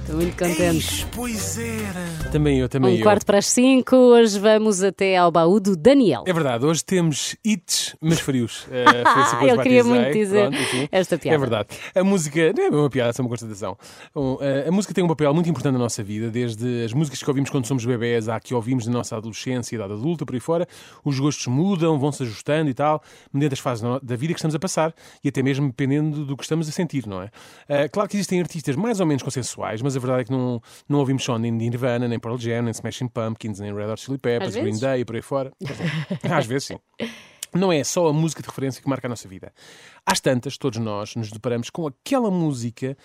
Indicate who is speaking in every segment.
Speaker 1: Estou muito contente.
Speaker 2: Eis, pois era.
Speaker 3: Também eu, também
Speaker 1: Um
Speaker 3: É eu.
Speaker 1: quarto para as cinco, hoje vamos até ao baú do Daniel.
Speaker 3: É verdade, hoje temos hits, mas frios. Eh, foi assim que
Speaker 1: Eu
Speaker 3: os
Speaker 1: queria
Speaker 3: batizei.
Speaker 1: muito dizer
Speaker 3: Pronto, enfim.
Speaker 1: esta piada.
Speaker 3: É verdade. A música, não é uma piada, é só uma constatação. Um, eh, A música tem um papel muito importante na nossa vida, desde as músicas que ouvimos quando somos bebés, à que ouvimos na nossa adolescência, idade adulta, por aí fora. Os gostos mudam, vão-se ajustando e tal, mediante as fases no- da vida que estamos a passar e até mesmo dependendo do que estamos a sentir, não é? Eh, Claro que existem artistas mais ou menos consensuais, mas a verdade é que não, não ouvimos só nem Nirvana, nem Pearl Jam, nem Smashing Pumpkins, nem Red Hot Chili
Speaker 1: Às
Speaker 3: Peppers, Green
Speaker 1: vezes.
Speaker 3: Day e por aí fora. Às vezes sim. Não é só a música de referência que marca a nossa vida. Às tantas, todos nós nos deparamos com aquela música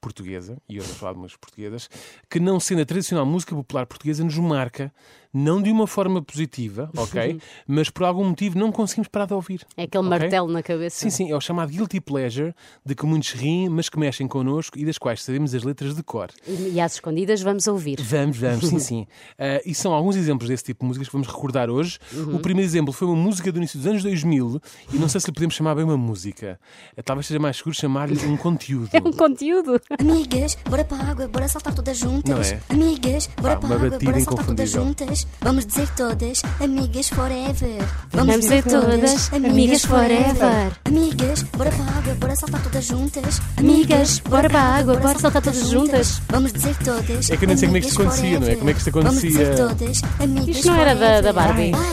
Speaker 3: portuguesa, e eu vou falar de umas portuguesas, que não sendo a tradicional música popular portuguesa, nos marca, não de uma forma positiva, ok? Mas por algum motivo não conseguimos parar de ouvir.
Speaker 1: É aquele
Speaker 3: ok?
Speaker 1: martelo na cabeça.
Speaker 3: Sim, sim, é o chamado guilty pleasure, de que muitos riem, mas que mexem connosco e das quais sabemos as letras de cor.
Speaker 1: E às escondidas vamos ouvir.
Speaker 3: Vamos, vamos, sim, sim. Ah, e são alguns exemplos desse tipo de músicas que vamos recordar hoje.
Speaker 1: Uhum.
Speaker 3: O primeiro exemplo foi uma música do início dos anos 2000 e não sei se lhe podemos chamar bem uma música. Ah, Talvez seja mais seguro chamar-lhe um conteúdo.
Speaker 1: É um conteúdo.
Speaker 4: Amigas, bora pra água, bora saltar todas juntas.
Speaker 3: Não é?
Speaker 4: Amigas, bora
Speaker 3: Pá,
Speaker 4: pra
Speaker 3: uma
Speaker 4: água,
Speaker 3: batida
Speaker 4: bora saltar todas
Speaker 3: inconfundível.
Speaker 4: juntas. Vamos dizer todas, amigas forever.
Speaker 1: Vamos dizer todas, amigas forever.
Speaker 4: Amigas, bora pra água, bora saltar todas juntas.
Speaker 1: Amigas, bora pra água, bora saltar todas juntas.
Speaker 4: Vamos dizer todas.
Speaker 3: É que eu nem sei como é que isto
Speaker 4: amigas
Speaker 3: acontecia, não é?
Speaker 4: forever.
Speaker 3: Como é que isto
Speaker 4: Vamos dizer
Speaker 3: acontecia?
Speaker 4: todas, amigas
Speaker 1: Isto não era da- da
Speaker 4: forever.
Speaker 1: Barbie.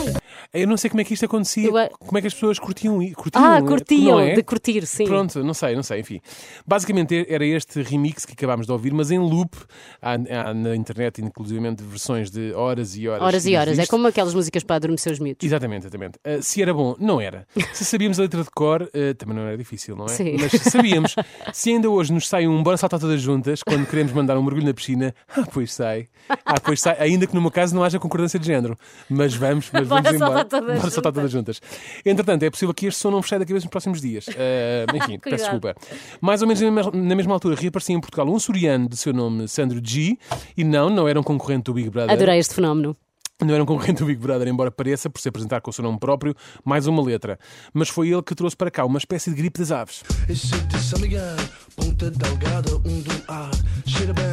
Speaker 4: Ai,
Speaker 3: Eu não sei como é que isto acontecia,
Speaker 1: Eu a-
Speaker 3: como é que as pessoas curtiam e curtiam.
Speaker 1: Ah,
Speaker 3: não é?
Speaker 1: curtiam,
Speaker 3: Não é?
Speaker 1: de curtir, sim.
Speaker 3: Pronto, não sei, não sei, enfim. Basicamente era este remix que acabámos de ouvir, mas em loop, há, há na internet, inclusivamente, versões de horas e horas.
Speaker 1: Horas e horas. É
Speaker 3: disto.
Speaker 1: como aquelas músicas para adormecer os miúdos.
Speaker 3: Exatamente, exatamente. Ah, se era bom, não era. Se sabíamos a letra de cor, ah, também não era difícil, não é?
Speaker 1: Sim.
Speaker 3: Mas sabíamos. Se ainda hoje nos sai um bora saltar todas juntas, quando queremos mandar um mergulho na piscina, ah, pois sai. Ah, pois sai. Ainda que no meu caso não haja concordância de género. Mas vamos, mas
Speaker 1: Bora
Speaker 3: vamos embora.
Speaker 1: saltar todas
Speaker 3: bora saltar todas juntas. Entretanto, é possível que este som não me saia da cabeça nos próximos dias. Ah, enfim,
Speaker 1: Cuidado.
Speaker 3: peço desculpa. Mais ou menos na mes- na mesma altura reaparecia em Portugal um soriano de seu nome, Sandro G. E não, não era um concorrente do Big Brother.
Speaker 1: Adorei este fenómeno.
Speaker 3: Não era um concorrente do Big Brother, embora pareça, por se apresentar com o seu nome próprio, mais uma letra. Mas foi ele que trouxe para cá uma espécie de gripe das aves.
Speaker 5: Esse de Samigar, ponta delgada, um do ar. Cheira bem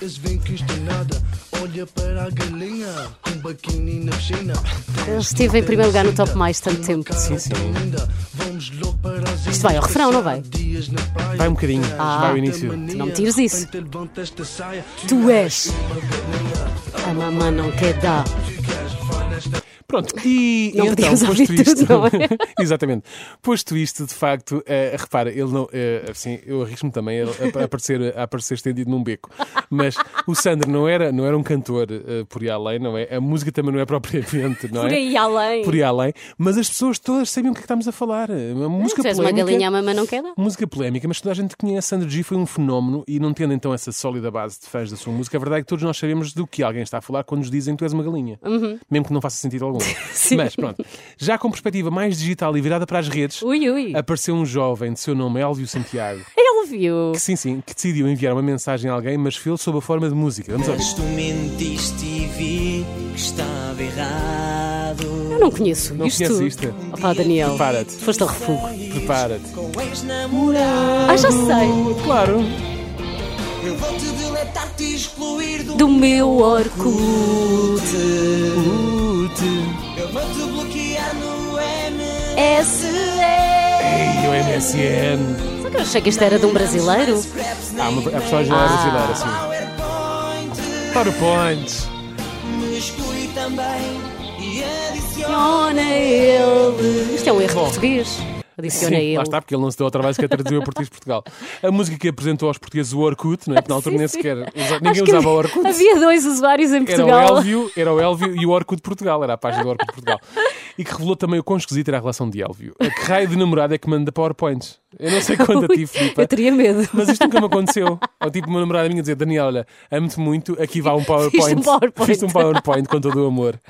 Speaker 5: e as vem questionada. Olha para a galinha, com biquíni na piscina.
Speaker 1: Ele esteve em primeiro lugar no Top Mais tanto tempo.
Speaker 3: Sim, sim.
Speaker 5: Isto
Speaker 1: vai ao refrão, não vai?
Speaker 3: Vai um bocadinho, vai ao início.
Speaker 1: Tu não me tires isso. Tu és a mamã não quer dar.
Speaker 5: é
Speaker 3: Pronto, e
Speaker 1: Não
Speaker 3: e então,
Speaker 1: podíamos
Speaker 3: posto
Speaker 1: ouvir tudo,
Speaker 3: isto.
Speaker 1: não é?
Speaker 3: Exatamente. Posto isto, de facto, eh, repara, ele não. eh, assim, eu arrisco-me também a, a- a aparecer, a aparecer estendido num beco. Mas o Sandro não era, não era um cantor eh, por aí além, não é? A música também não é propriamente, não é?
Speaker 1: Por aí além.
Speaker 3: Por aí além. Mas as pessoas todas sabiam o que é que estamos a falar. Uma música
Speaker 1: Tu és uma
Speaker 3: polémica.
Speaker 1: galinha, a mamã não quer dar.
Speaker 3: Música polémica, mas toda a gente conhece. Sandro G foi um fenómeno e não tendo então essa sólida base de fãs da sua música, a verdade é que todos nós sabemos do que alguém está a falar quando nos dizem que tu és uma galinha.
Speaker 1: Uhum.
Speaker 3: Mesmo que não faça sentido algum. Mas pronto, já com perspectiva mais digital e virada para as redes,
Speaker 1: Ui, ui.
Speaker 3: apareceu um jovem de seu nome, Elvio Santiago,
Speaker 1: Ele viu.
Speaker 3: que sim, sim, que decidiu enviar uma mensagem a alguém, mas fez sob a forma de música. Vamos ouvir.
Speaker 6: Mas tu mentiste e vi que estava errado.
Speaker 1: Eu não conheço
Speaker 3: Não
Speaker 1: isto.
Speaker 3: conheces isto?
Speaker 1: Opa, Daniel.
Speaker 3: Prepara-te.
Speaker 1: Foste ao refúgio.
Speaker 3: Prepara-te.
Speaker 6: Com ex-namorado,
Speaker 1: Ah, já sei.
Speaker 3: Claro.
Speaker 6: eu vou te deletar-te e excluir do.
Speaker 1: Do meu Orkut
Speaker 6: Eu vou te bloquear no M.
Speaker 1: SE.
Speaker 3: E o MSN.
Speaker 1: Só que eu achei que isto era de um brasileiro.
Speaker 6: Preps
Speaker 3: Há uma a personagem
Speaker 1: Ah.
Speaker 3: brasileira, assim.
Speaker 6: é PowerPoint.
Speaker 3: PowerPoint.
Speaker 6: Me exclui também e adiciona.
Speaker 1: Adiciona ele. Isto é um erro português. Adiciona
Speaker 3: Sim,
Speaker 1: ele.
Speaker 3: lá está, porque ele não se deu ao trabalho sequer traduziu a português de Portugal. A música que apresentou aos portugueses o Orkut, não é? Que na altura
Speaker 1: Sim,
Speaker 3: nem
Speaker 1: sim.
Speaker 3: sequer usa-
Speaker 1: Acho
Speaker 3: ninguém
Speaker 1: que
Speaker 3: usava o Orkut.
Speaker 1: Havia dois usuários em
Speaker 3: Era o
Speaker 1: Portugal.
Speaker 3: Elvio, era o Elvio e o Orkut de Portugal, era a página do Orkut de Portugal. E que revelou também o quão esquisito era a relação de Elvio. A que raio de namorada é que manda PowerPoints? Eu não sei quanto a ti, Filipe.
Speaker 1: eu teria medo.
Speaker 3: Mas isto nunca me aconteceu. Ou tipo uma namorada minha dizer, Daniel, olha, amo-te muito, aqui vá um PowerPoint.
Speaker 1: Fiz-te um PowerPoint.
Speaker 3: Fiz-te um PowerPoint com todo o amor.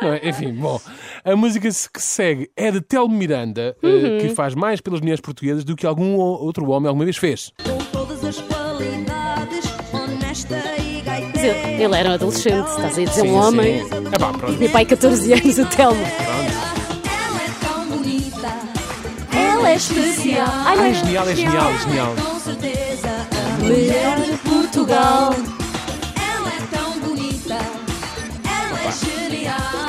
Speaker 3: Não é? Enfim, bom. A música que segue é de Telmo Miranda, eh, que faz mais pelas mulheres portuguesas do que algum o- outro homem alguma vez fez.
Speaker 7: com todas as qualidades, honesta e
Speaker 1: Mas Ele, ele era um adolescente, estás a dizer
Speaker 3: Sim,
Speaker 1: um homem.
Speaker 3: sim. Ah pá, pronto.
Speaker 1: Meu pai, 14 anos, o Telmo.
Speaker 7: Ela é tão bonita, ela é especial.
Speaker 1: Ai,
Speaker 3: Ah,
Speaker 1: não é
Speaker 3: é genial, é genial, é genial.
Speaker 7: Com certeza mulher de Portugal. Ela é tão bonita, ela é genial,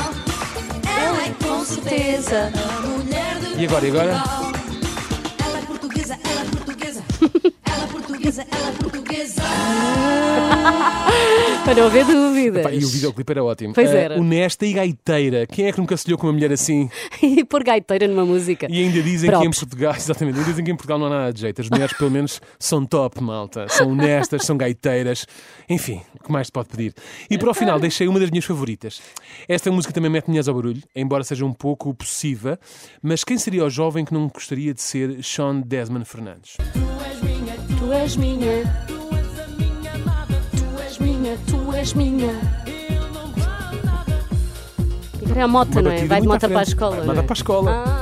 Speaker 7: ela é com certeza a mulher de
Speaker 3: E agora, e agora?
Speaker 7: Portugal. Ela é portuguesa, ela é portuguesa, ela é portuguesa, ela é portuguesa.
Speaker 1: Para haver dúvidas.
Speaker 3: Pá, e o videoclipe era ótimo.
Speaker 1: Pois
Speaker 3: Eh,
Speaker 1: era.
Speaker 3: honesta e gaiteira. Quem é que nunca se lhou com uma mulher assim?
Speaker 1: E pôr gaiteira numa música.
Speaker 3: E ainda dizem que em
Speaker 1: Props.
Speaker 3: Portugal, exatamente, ainda dizem que em Portugal não há nada de jeito. As mulheres, pelo menos, são top, malta. São honestas, são gaiteiras. Enfim, o que mais se pode pedir? E para o final, deixei uma das minhas favoritas. Esta música também mete mulheres ao barulho, embora seja um pouco possível. Mas quem seria o jovem que não gostaria de ser Sean Desmond Fernandes?
Speaker 1: Tu és minha. Tu és minha, tu és minha. E Agora é a moto,
Speaker 3: Uma
Speaker 1: não é?
Speaker 3: batida
Speaker 1: Vai de
Speaker 3: muito à
Speaker 1: moto para a
Speaker 3: frente.
Speaker 1: escola.
Speaker 3: Vai de
Speaker 1: não é?
Speaker 3: moto para a escola.
Speaker 1: Ah.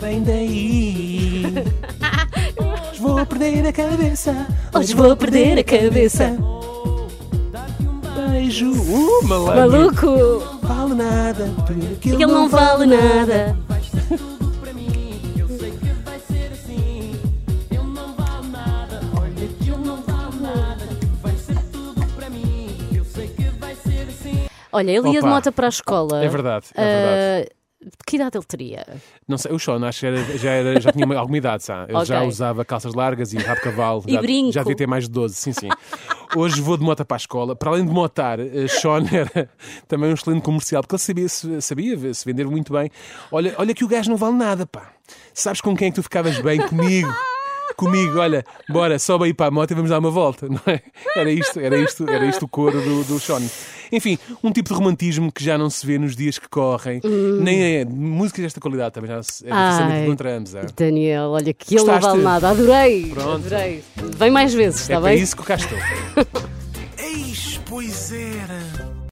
Speaker 3: Vem daí. Hoje vou perder a cabeça.
Speaker 1: Hoje vou perder a cabeça.
Speaker 3: Beijo. Uh, malandro.
Speaker 1: Maluco!
Speaker 3: Vale nada. Porque
Speaker 1: Ele não vale nada. Olha, ele ia de
Speaker 3: Opa.
Speaker 1: moto para a escola.
Speaker 3: É verdade, é verdade.
Speaker 1: Ah, de que idade ele teria?
Speaker 3: Não sei, o Sean acho que era- já, era- já tinha uma- alguma idade, sabe? Ele já
Speaker 1: Ok.
Speaker 3: usava calças largas e rabo de cavalo.
Speaker 1: E
Speaker 3: já,
Speaker 1: brinco.
Speaker 3: já devia ter é mais de 12, sim, sim. Hoje vou de moto para a escola. Para além de motar, eh, Sean era também um excelente comercial, porque ele sabia se, sabia se vender muito bem. Olha, olha que o gajo não vale nada, pá. Sabes com quem é que tu ficavas bem? Comigo. Comigo, olha, bora, sobe aí para a moto e vamos dar uma volta, não é? Era isto, era isto, era isto o coro do, do Sean. Enfim, um tipo de romantismo que já não se vê nos dias que correm, nem é músicas desta qualidade também já se, é
Speaker 1: Ai. Tá
Speaker 3: dificilmente encontramos. É,
Speaker 1: Daniel, olha que ele não
Speaker 3: Gostaste?
Speaker 1: vale nada. Adorei.
Speaker 3: Pronto.
Speaker 1: Adorei. Vem mais vezes,
Speaker 3: é
Speaker 1: está
Speaker 3: para
Speaker 1: bem?
Speaker 3: isso que eu cá estou.
Speaker 5: Eis, pois era.